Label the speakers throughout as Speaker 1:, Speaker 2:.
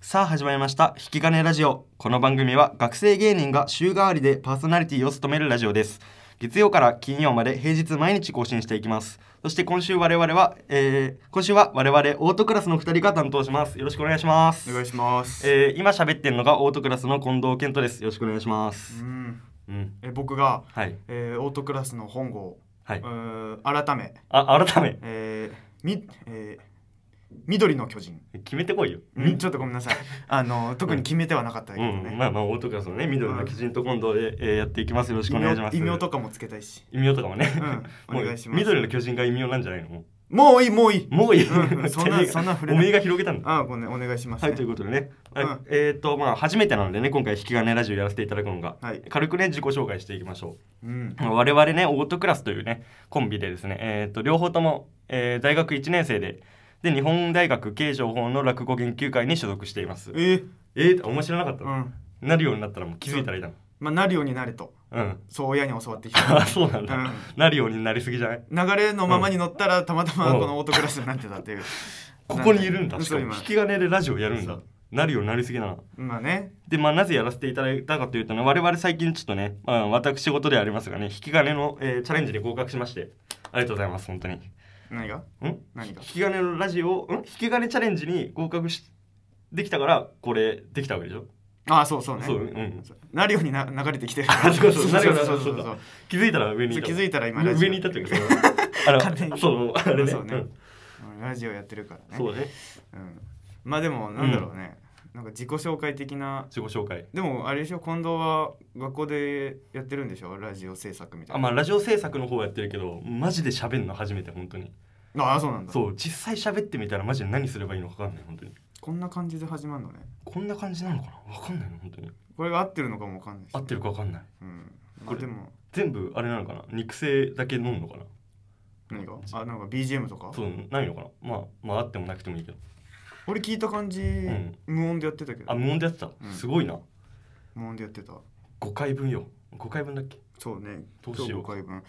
Speaker 1: さあ始まりました引き金ラジオこの番組は学生芸人が週替わりでパーソナリティを務めるラジオです月曜から金曜まで平日毎日更新していきますそして今週我々は、えー今週は我々オートクラスの2人が担当しますよろしくお願いします
Speaker 2: お願いします。
Speaker 1: えー今喋ってるのがオートクラスの近藤健人ですよろしくお願いします
Speaker 2: うん、
Speaker 1: うん
Speaker 2: え僕が、
Speaker 1: はい
Speaker 2: えーオートクラスの本郷、
Speaker 1: は
Speaker 2: う
Speaker 1: い
Speaker 2: ー改め、
Speaker 1: あ改め
Speaker 2: えーみえー緑の巨人、
Speaker 1: 決めてこいよ、
Speaker 2: うん、ちょっとごめん なさい。あの特に決めてはなかったけ
Speaker 1: う
Speaker 2: ど
Speaker 1: ん、
Speaker 2: ね。
Speaker 1: まあまあオートクラスのね緑の基人と今度で、えーやっていきますよろしく
Speaker 2: 異
Speaker 1: お
Speaker 2: 名
Speaker 1: 願いします
Speaker 2: 異名とかもつけたいし。
Speaker 1: 異名とかもね、
Speaker 2: うん、お願いしま
Speaker 1: もう
Speaker 2: す。
Speaker 1: 緑の巨人が異名なんじゃないのも。
Speaker 2: もういいもういいう
Speaker 1: もういい、
Speaker 2: うんそんな
Speaker 1: てめえが
Speaker 2: そんな触れ
Speaker 1: お
Speaker 2: ない
Speaker 1: めえが広げたんだ
Speaker 2: あごめんお願いします、
Speaker 1: は
Speaker 2: ね。
Speaker 1: いということでね、
Speaker 2: うん
Speaker 1: あえっ、とまあ初めてなのでね今回引き金ラジオやらせていただくのが、
Speaker 2: はい
Speaker 1: 軽くね自己紹介していきましょ
Speaker 2: うん
Speaker 1: う我々ねオートクラスというねコンビでですねえっ、と両方とも、えー大学1年生でで日本大学経営情報の落語研究会に所属しています
Speaker 2: えー、
Speaker 1: えー、面白なかった
Speaker 2: う
Speaker 1: の、
Speaker 2: ん。
Speaker 1: なるようになったらもう気づいたらいいだろ
Speaker 2: まあなるようになれと、
Speaker 1: ううん
Speaker 2: そう親に教わってき
Speaker 1: あ
Speaker 2: た。
Speaker 1: そうなんだ、
Speaker 2: うん
Speaker 1: なるようになりすぎじゃない
Speaker 2: 流れのままに乗ったらたまたま
Speaker 1: うん
Speaker 2: このオートクラスになってたっていう。
Speaker 1: ここにいるんだ
Speaker 2: なん
Speaker 1: しか
Speaker 2: そう
Speaker 1: も
Speaker 2: 今
Speaker 1: 引き金でラジオやるん
Speaker 2: そ
Speaker 1: だ
Speaker 2: う
Speaker 1: なるようになりすぎだな
Speaker 2: まあね。
Speaker 1: でまあなぜやらせていただいたかというとね我々最近ちょっとね、まあ、私事ではありますがね引き金の、えーチャレンジに合格しましてありがとうございます本当にん
Speaker 2: 何が何
Speaker 1: 引
Speaker 2: が
Speaker 1: き金のラジオん引き金チャレンジに合格しできたからこれできたわけでしょ
Speaker 2: ああそうそうね
Speaker 1: そううん
Speaker 2: なるようにな流れてきてる
Speaker 1: あそうそう
Speaker 2: なるよう
Speaker 1: な
Speaker 2: に
Speaker 1: るように
Speaker 2: そうそうそう
Speaker 1: 気づいたら上にいた
Speaker 2: 気づいたら今ラジオ
Speaker 1: 上にいたというかその
Speaker 2: 勝手
Speaker 1: あの
Speaker 2: に
Speaker 1: そうあれね
Speaker 2: そうね
Speaker 1: うん
Speaker 2: ラジオやってるからね
Speaker 1: そうね
Speaker 2: うん、まあでもなんだろうね、なんか自己紹介的な
Speaker 1: 自己紹介
Speaker 2: でもあれでしょ近藤は学校でやってるんでしょラジオ制作みた
Speaker 1: あ
Speaker 2: いな
Speaker 1: まあラジオ制作の方はやってるけどマジで喋るの初めて本当に
Speaker 2: ああそうなんだ
Speaker 1: そう実際喋ってみたらマジで何すればいいのか分かんない本当に
Speaker 2: こんな感じで始まるのね
Speaker 1: こんな感じなのかな分かんないの本当に
Speaker 2: これが合ってるのかもわかんないし
Speaker 1: 合ってるか分かんない
Speaker 2: うん
Speaker 1: こ
Speaker 2: まあ
Speaker 1: れ
Speaker 2: でも
Speaker 1: 全部あれなのかな肉声だけ飲むのかな
Speaker 2: 何があなんか BGM とか
Speaker 1: そうないのかなまあまああってもなくてもいいけど
Speaker 2: 俺聞いた感じ、
Speaker 1: ん
Speaker 2: 無音でやってたけ
Speaker 1: あ
Speaker 2: ど
Speaker 1: 無音でやってた、
Speaker 2: うん
Speaker 1: すごいな
Speaker 2: 無音でやってた
Speaker 1: 5回分よ5回分だっけ
Speaker 2: そうね
Speaker 1: どうしよう
Speaker 2: 今日5回分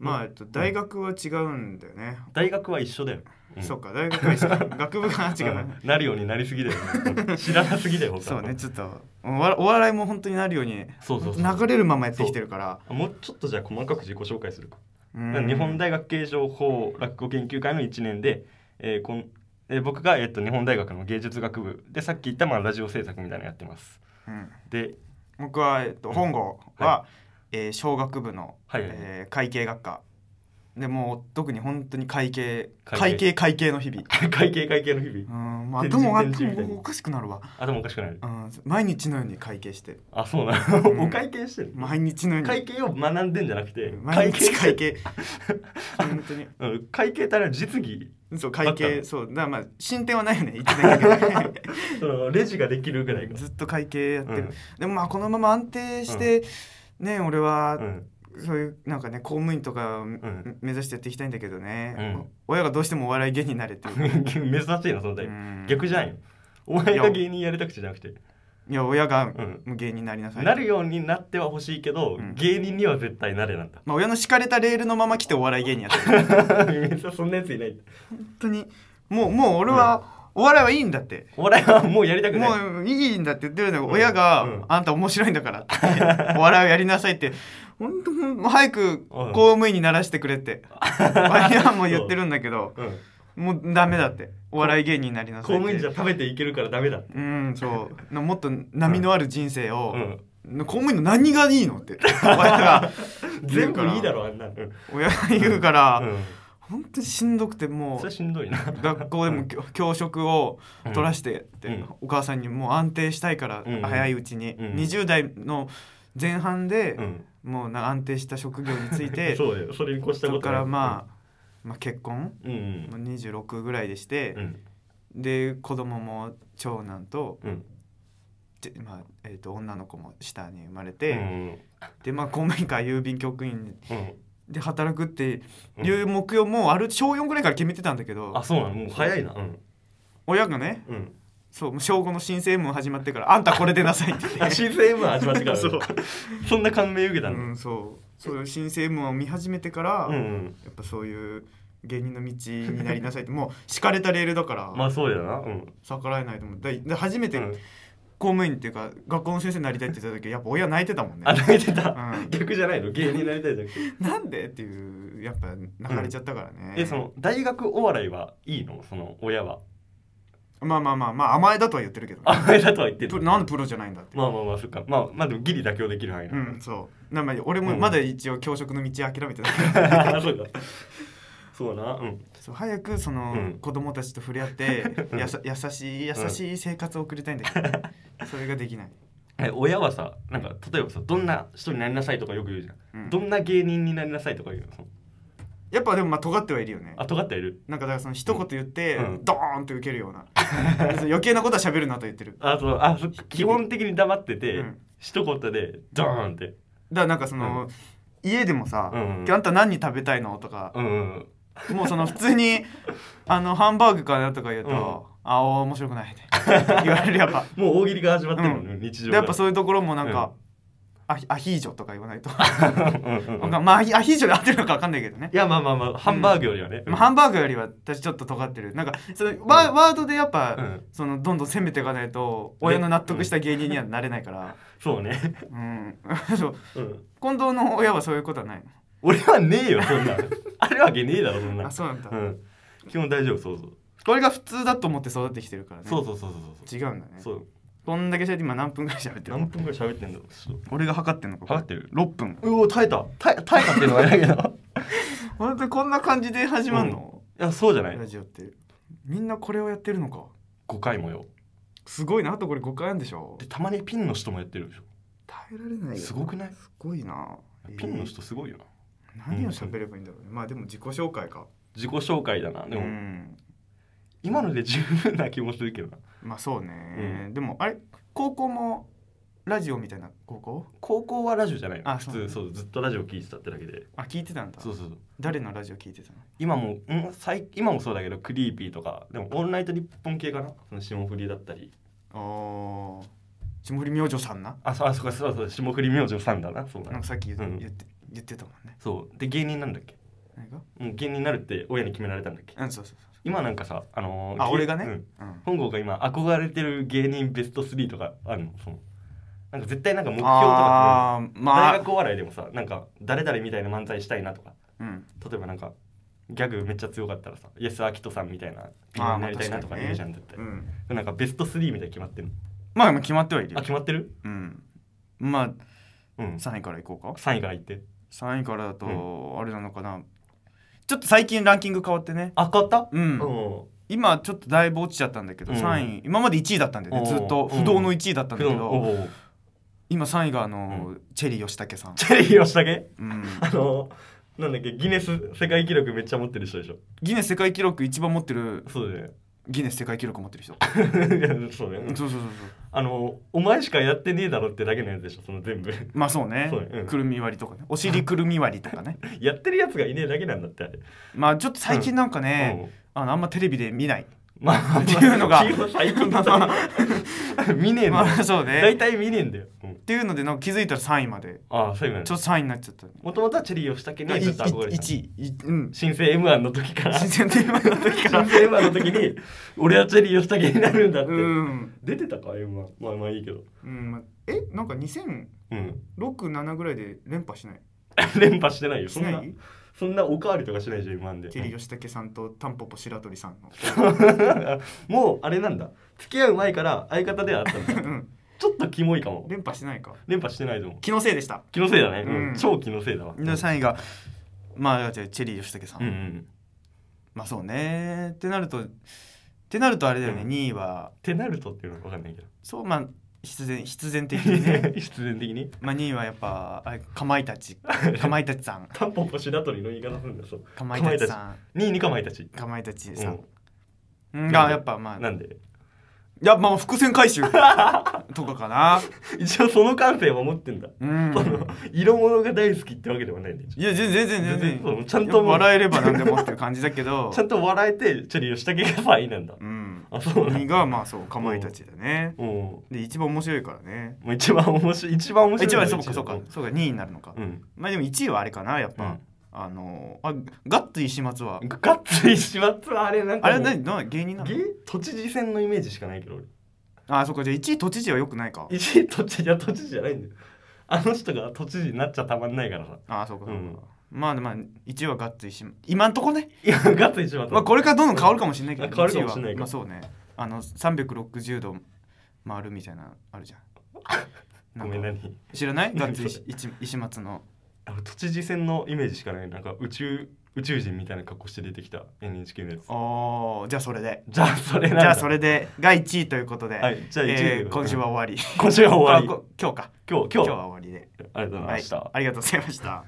Speaker 2: まあ、えっと、大学は違うんだよね、
Speaker 1: 大学は一緒だよ、ん
Speaker 2: そうか大学は一緒 学部が違う、
Speaker 1: んなるようになりすぎだようん知らなすぎだよ僕
Speaker 2: そ
Speaker 1: は
Speaker 2: うねちょっとお笑お笑いも本当になるように
Speaker 1: そうそうそう
Speaker 2: 本当流れるままやってきてるから
Speaker 1: もうちょっとじゃあ細かく自己紹介するか
Speaker 2: うん
Speaker 1: 日本大学経営情報落語研究会の1年で、えーこんえー僕が、えっと日本大学の芸術学部でさっき言った、まあ、ラジオ制作みたいなのやってます
Speaker 2: うん
Speaker 1: で
Speaker 2: 僕は、えっと、本郷は、えー小学部の、
Speaker 1: はいはい
Speaker 2: えー会計学科でもう特に本当に会計
Speaker 1: 会
Speaker 2: 会
Speaker 1: 計
Speaker 2: 計会計の日々
Speaker 1: 会計会計の日
Speaker 2: う
Speaker 1: 々
Speaker 2: んまあ
Speaker 1: 展示
Speaker 2: 頭が
Speaker 1: 展示みたいな
Speaker 2: 頭がおかしくなるわ
Speaker 1: 頭おかしくなる
Speaker 2: うん毎日のように会計して
Speaker 1: あそうなの、
Speaker 2: うん
Speaker 1: お会計してる
Speaker 2: 毎日のように
Speaker 1: 会計を学んでんじゃなくて
Speaker 2: 毎日
Speaker 1: 会
Speaker 2: 会
Speaker 1: 計
Speaker 2: 計本 当に
Speaker 1: うん会計たら実技
Speaker 2: そう
Speaker 1: だっ
Speaker 2: 会
Speaker 1: たの
Speaker 2: 計そうだからまあ進展はない よね一年だけどね
Speaker 1: そのレジができるぐらいが
Speaker 2: ずっと会計やってる、
Speaker 1: うん
Speaker 2: でもまあこのまま安定して、ね俺は
Speaker 1: うん
Speaker 2: そういうなんかね公務員とか
Speaker 1: ん
Speaker 2: 目指してやっていきたいんだけどね、
Speaker 1: うん
Speaker 2: 親がどうしてもお笑い芸人になれっていう
Speaker 1: 珍しいなそのタイプ、
Speaker 2: うん
Speaker 1: 逆じゃんよお前が芸人やりたくてじゃなくて
Speaker 2: いや親が
Speaker 1: ん
Speaker 2: もう芸人になりなさい、
Speaker 1: なるようになっては欲しいけど、
Speaker 2: うん
Speaker 1: 芸人には絶対なれ なんだ
Speaker 2: まあ、親の敷かれたレールのまま来てお笑い芸人やってる
Speaker 1: めっちゃそんなやついない
Speaker 2: 本当にもうもう俺は、お笑いはいいんだって
Speaker 1: お笑いはもうやりたくない
Speaker 2: もういいんだって言ってるのに
Speaker 1: うん
Speaker 2: 親が、
Speaker 1: うん
Speaker 2: あんた面白いんだからって言ってお笑いをやりなさいって本当もう早く
Speaker 1: うん
Speaker 2: 公務員にならしてくれ って親はもう言ってるんだけど
Speaker 1: うん、
Speaker 2: もうダメだってお笑い芸人になりな
Speaker 1: 公
Speaker 2: さいって
Speaker 1: 務員じゃ食べていけるからダメだ
Speaker 2: うんそうなもっと波のある人生を
Speaker 1: う、ん、
Speaker 2: 公務員の何がいいのって親が
Speaker 1: 全部いいだろあんなの、うん
Speaker 2: 親が言うから、
Speaker 1: うん
Speaker 2: 本当にしんどくても
Speaker 1: それ
Speaker 2: う
Speaker 1: しんどいな
Speaker 2: 学校でも教教職を取らしてって、
Speaker 1: うん
Speaker 2: お母さんにもう安定したいから、
Speaker 1: うん
Speaker 2: 早いうちに、
Speaker 1: うん
Speaker 2: 20代の前半
Speaker 1: う
Speaker 2: で、
Speaker 1: ん、
Speaker 2: もうな安定した職業について
Speaker 1: そうだよそれに越した
Speaker 2: そ
Speaker 1: こ
Speaker 2: ことからまあ、まあ、結婚
Speaker 1: あうん
Speaker 2: もう26ぐらいでして
Speaker 1: う、ん
Speaker 2: で子供も長男と,
Speaker 1: うん
Speaker 2: で、まあえー、と女の子も下に生まれ
Speaker 1: う
Speaker 2: て、
Speaker 1: ん
Speaker 2: でまあ公務員か郵便局員
Speaker 1: うん
Speaker 2: で働くって
Speaker 1: うん
Speaker 2: いう目標もある小4ぐらいから決めてたんだけど、
Speaker 1: あそうなのもう早いなうん
Speaker 2: 親がね
Speaker 1: うん
Speaker 2: そうもう小5の新生ム始まってから「あんたこれでなさい」って言
Speaker 1: あ
Speaker 2: って。
Speaker 1: CCM 始まってから
Speaker 2: そう
Speaker 1: そんな感銘受けた
Speaker 2: う
Speaker 1: の
Speaker 2: ん、そうそういう新生ムを見始めたから、
Speaker 1: うんうん
Speaker 2: やっぱそういう芸人の道になりなさいってもう敷かれたレールだから、
Speaker 1: まあそうやなうん
Speaker 2: 逆らえないと思うだで初めて
Speaker 1: うん
Speaker 2: 公務員っていうか学校の先生になりたいって言った時やっぱ親泣いてたもんね
Speaker 1: あ泣いてた、
Speaker 2: うん
Speaker 1: 逆じゃないの芸人になりたいじゃなくて
Speaker 2: なんでっていうやっぱ泣かれちゃったからね、
Speaker 1: えその大学お笑いはいいのその親は
Speaker 2: まあまあまあまあ甘えだとは言ってるけど、
Speaker 1: あれだとは言って
Speaker 2: プ
Speaker 1: る
Speaker 2: ロなんでプロじゃないんだって、
Speaker 1: まあまあまあそっかまあまあでもギリ妥協できる範囲な
Speaker 2: うん
Speaker 1: だ
Speaker 2: んそうなんか俺もまだ一応教職の道諦めてない
Speaker 1: そうかそうなうん
Speaker 2: そう早くその、
Speaker 1: うん
Speaker 2: 子供たちと触れ 合って
Speaker 1: うん
Speaker 2: やさ優しい優しい生活を送りたいんだけ ど、それができない、
Speaker 1: え親はさなんか例えばさどんな人になりなさいとかよく言うじゃん、
Speaker 2: うん
Speaker 1: どんな芸人になりなさいとか言うのその
Speaker 2: やっぱでもまあ尖ってはいるよね
Speaker 1: あ尖ってはいる
Speaker 2: なんかだからその一言言って、
Speaker 1: うん
Speaker 2: ドーンと受けるような 別に余計なことは喋るなと言ってる
Speaker 1: あそうあそっか基本的に黙ってて、
Speaker 2: うん
Speaker 1: 一言でドーンって
Speaker 2: だからなんかその、家でもさ、
Speaker 1: うんうんうん
Speaker 2: 今日あんた何食べたいの?」とか、
Speaker 1: うんうん
Speaker 2: もうその普通に 「あのハンバーグかな?」とか言うと「
Speaker 1: うん
Speaker 2: あお面白くない」って 言われるやっぱ
Speaker 1: もう大喜利が始まってるのね、日常
Speaker 2: で
Speaker 1: が
Speaker 2: やっぱそういうところもなんか、アヒアヒージョとか言わないとなん かまあアヒアヒージョで合ってるのか分かんないけどね
Speaker 1: いやまあまあまあハンバーグよりはね、
Speaker 2: まあ、ハンバーグよりは私ちょっと尖ってるなんかそのワ,、ワードでやっぱ、
Speaker 1: うん
Speaker 2: そのどんどん攻めていかないと親の納得した芸人にはなれないから、
Speaker 1: そうね、
Speaker 2: うん、 そう
Speaker 1: うん、
Speaker 2: 近藤の親はそういうことはない
Speaker 1: 俺はねえよそん なあるわけねえだろそん
Speaker 2: の
Speaker 1: な
Speaker 2: あそうなんだ、
Speaker 1: うん、基本大丈夫そうそう、
Speaker 2: これが普通だと思って育ってきてるからね
Speaker 1: そうそうそうそうそう
Speaker 2: 違うんだね
Speaker 1: そう
Speaker 2: こんだけ喋って今何分ぐらい喋ってる
Speaker 1: 何分ぐらい喋ってんだろうちょっ
Speaker 2: 俺が測ってんのか
Speaker 1: と測ってる
Speaker 2: 6分
Speaker 1: うお耐えた耐え耐えたっていうのはあれだけど
Speaker 2: 本当にこんな感じで始まるの、
Speaker 1: いやそうじゃない
Speaker 2: ラジオってみんなこれをやってるのか
Speaker 1: 5回もよ
Speaker 2: すごいなあとこれ5回あるんでしょ
Speaker 1: でたまにピンの人もやってるでしょ
Speaker 2: 耐えられないよ
Speaker 1: すごくない
Speaker 2: すごいな
Speaker 1: ピンの人すごいよな
Speaker 2: えー何を喋ればいいんだろうねまあでも自己紹介か
Speaker 1: 自己紹介だなでも、
Speaker 2: うん
Speaker 1: 今ので十分な気もするけどな
Speaker 2: まあそうね、でもあれ高校もラジオみたいな高校
Speaker 1: 高校はラジオじゃないの
Speaker 2: あ
Speaker 1: 普
Speaker 2: そう
Speaker 1: 通そうずっとラジオ聞いてたってだけで
Speaker 2: あ聞いてたんだ
Speaker 1: そうそうそう
Speaker 2: 誰のラジオ聞いてたの
Speaker 1: 今もん最今もそうだけどクリーピーとかでもオールナイト日本系かなその霜降りだったり
Speaker 2: あー霜降り明星さんな
Speaker 1: あそうあそうかそうそう霜降り明星さんだなそうだ
Speaker 2: な
Speaker 1: な
Speaker 2: んかさっき言,、
Speaker 1: うん
Speaker 2: 言って言ってたもんね
Speaker 1: そうで芸人なんだっけ
Speaker 2: 何が
Speaker 1: もう芸人になるって親に決められたんだっけ
Speaker 2: うんそうそう
Speaker 1: 今なんかさあのー
Speaker 2: あ
Speaker 1: 芸
Speaker 2: 俺がね
Speaker 1: うん
Speaker 2: そう、うん、
Speaker 1: 本郷が今憧れてる芸人ベスト3とかあるのそのなんか絶対なんか目標とか
Speaker 2: ああー
Speaker 1: って
Speaker 2: ま
Speaker 1: 大
Speaker 2: あ、
Speaker 1: 学お笑いでもさなんか誰々みたいな漫才したいなとか
Speaker 2: うん、
Speaker 1: 例えばなんかギャグめっちゃ強かったらさイエス・アキトさんみたいな芸人になりたいなとか言うじゃん絶対、
Speaker 2: うん、
Speaker 1: なんかベスト3みたいに決まってるの
Speaker 2: まあまあ決まってはいる
Speaker 1: あ
Speaker 2: よ、
Speaker 1: 決まってる
Speaker 2: うん、まあ
Speaker 1: うん
Speaker 2: 3位からいこうか
Speaker 1: 3位から行って
Speaker 2: 3位からだと、
Speaker 1: う
Speaker 2: あれなのかなちょっと最近ランキング変わってね
Speaker 1: あ変わった
Speaker 2: うん、
Speaker 1: う
Speaker 2: 今ちょっとだいぶ落ちちゃったんだけど、
Speaker 1: うん
Speaker 2: 3位今まで1位だったんだよね
Speaker 1: おう
Speaker 2: ずっと不動の1位だったんだけど、
Speaker 1: おう
Speaker 2: 今3位があの、チェリー吉武さん、
Speaker 1: チェリー吉武
Speaker 2: うん、
Speaker 1: あのなんだっけギネス世界記録めっちゃ持ってる人でしょ
Speaker 2: ギネス世界記録一番持ってる
Speaker 1: そうだよ
Speaker 2: ギネス世界記録持ってる人、
Speaker 1: ね いやそうだよね
Speaker 2: そうそうそうそう
Speaker 1: あのお前しかやってねえだろってだけのやつでしょその全部
Speaker 2: まあそうね
Speaker 1: そうねうん
Speaker 2: くるみ割りとかねお尻くるみ割りとか ね
Speaker 1: やってるやつがいねえだけなんだってあれ、
Speaker 2: まあちょっと最近なんかね、
Speaker 1: うん
Speaker 2: あのあんまテレビで見ない。
Speaker 1: まあまあ
Speaker 2: っていうのが
Speaker 1: 基本最近だと見ねえんだ
Speaker 2: ま
Speaker 1: よ
Speaker 2: あそうね。
Speaker 1: 大
Speaker 2: っ
Speaker 1: 体見ねえんだよ、うん、
Speaker 2: ていうのでなんか気づいたら3位まで。
Speaker 1: ああそういうの
Speaker 2: ちょっと3位になっちゃった。
Speaker 1: もともとはチェリー吉武にちょっと憧れてた
Speaker 2: 1位。いうん。
Speaker 1: 新生 M1 の時から
Speaker 2: 新鮮テーマの時 か
Speaker 1: 新
Speaker 2: ら。
Speaker 1: 生 M1 の時に俺はチェリー吉武になるんだって、
Speaker 2: うん。
Speaker 1: 出てたか M1 まあまあいいけど
Speaker 2: うんまあえなんか2006、
Speaker 1: うん
Speaker 2: 7ぐらいで連覇しない
Speaker 1: 連覇してないよ
Speaker 2: し
Speaker 1: そん
Speaker 2: な
Speaker 1: ないそんなおかわりとかしないじゃん M1 で
Speaker 2: テリー吉武さんとタンポポ白鳥さんの。
Speaker 1: もうあれなんだ付き合う前から相方ではあったんだ
Speaker 2: うん
Speaker 1: ちょっとキモいかも
Speaker 2: 連覇しないか。
Speaker 1: 連覇してないと思う
Speaker 2: 気のせいでした。
Speaker 1: 気のせいだね、
Speaker 2: うん
Speaker 1: うん超気のせいだわ
Speaker 2: で3位が、まあじゃあチェリー吉武さ。
Speaker 1: うんんうん
Speaker 2: まあそうね。ってなると、ってなるとあれだよね、
Speaker 1: うん
Speaker 2: 2位は、
Speaker 1: ってなるとっていうのは分かんないけど
Speaker 2: そうまあ必然、必然的に ね。
Speaker 1: 必然的に
Speaker 2: まあ、2位はやっぱあれかまいたちかまいたちさん
Speaker 1: タンポポ白鳥の言い方するんだよそう
Speaker 2: かまいたちさ
Speaker 1: 2位にかまいたち
Speaker 2: んかまいたち
Speaker 1: う
Speaker 2: さ
Speaker 1: ん
Speaker 2: ん、がやっぱまあ
Speaker 1: なんで
Speaker 2: いやまあ伏線回収とかかな
Speaker 1: 一応その感性は持ってんだ、
Speaker 2: うん
Speaker 1: その色物が大好きってわけではないんで
Speaker 2: いや全然全然全
Speaker 1: そう
Speaker 2: 然
Speaker 1: ちゃんと
Speaker 2: 笑えれば何でもっていう感じだけど
Speaker 1: ちゃんと笑えてチェリー吉武がさいいなんだ
Speaker 2: うん
Speaker 1: あそうなん
Speaker 2: 2がまあそうかまいたちだね
Speaker 1: うんも
Speaker 2: で一番面白いからね
Speaker 1: う一番面白い一番面白い
Speaker 2: 一
Speaker 1: のが
Speaker 2: 番そうかそうかそうか2位になるのか
Speaker 1: うん
Speaker 2: まあでも1位はあれかなやっぱ
Speaker 1: う
Speaker 2: あのあガッツ石松は
Speaker 1: ガッツ石松はあれなんかも
Speaker 2: あ
Speaker 1: う
Speaker 2: れ何何芸人なの
Speaker 1: 芸都知事選のイメージしかないけど俺
Speaker 2: あそっかじゃあ1位都知事はよくないか
Speaker 1: 一位都知事いや都知事じゃないんだよあの人が都知事になっちゃたまんないからさ
Speaker 2: あそうかそ
Speaker 1: う
Speaker 2: うか、
Speaker 1: ん
Speaker 2: まあまあ1位はガッツ石松今んとこね、
Speaker 1: いやガッツ石松
Speaker 2: まあ、これからどんどん変わるかもしれないけど
Speaker 1: 変わるかもしれない
Speaker 2: 一
Speaker 1: か
Speaker 2: 位はまあそうねあの360度回るみたいなあるじゃん な
Speaker 1: ご
Speaker 2: んか
Speaker 1: めん何
Speaker 2: 知らないガッツ
Speaker 1: 何
Speaker 2: 石
Speaker 1: そ
Speaker 2: 石石松の
Speaker 1: あの都知事選のイメージしかないなんか宇宙宇宙人みたいな格好して出てきた NHK のやつ
Speaker 2: おーじゃあそれで
Speaker 1: じゃあそれ
Speaker 2: じ
Speaker 1: なんだ
Speaker 2: ゃあそれでが1位ということで、
Speaker 1: はいじゃあ一位
Speaker 2: えー今週は終わり
Speaker 1: 今週は終わ
Speaker 2: あこ今日か
Speaker 1: り今日
Speaker 2: 今
Speaker 1: 今
Speaker 2: 日
Speaker 1: 日
Speaker 2: は終わりで
Speaker 1: ありがとうございました、
Speaker 2: はい、ありがとうございました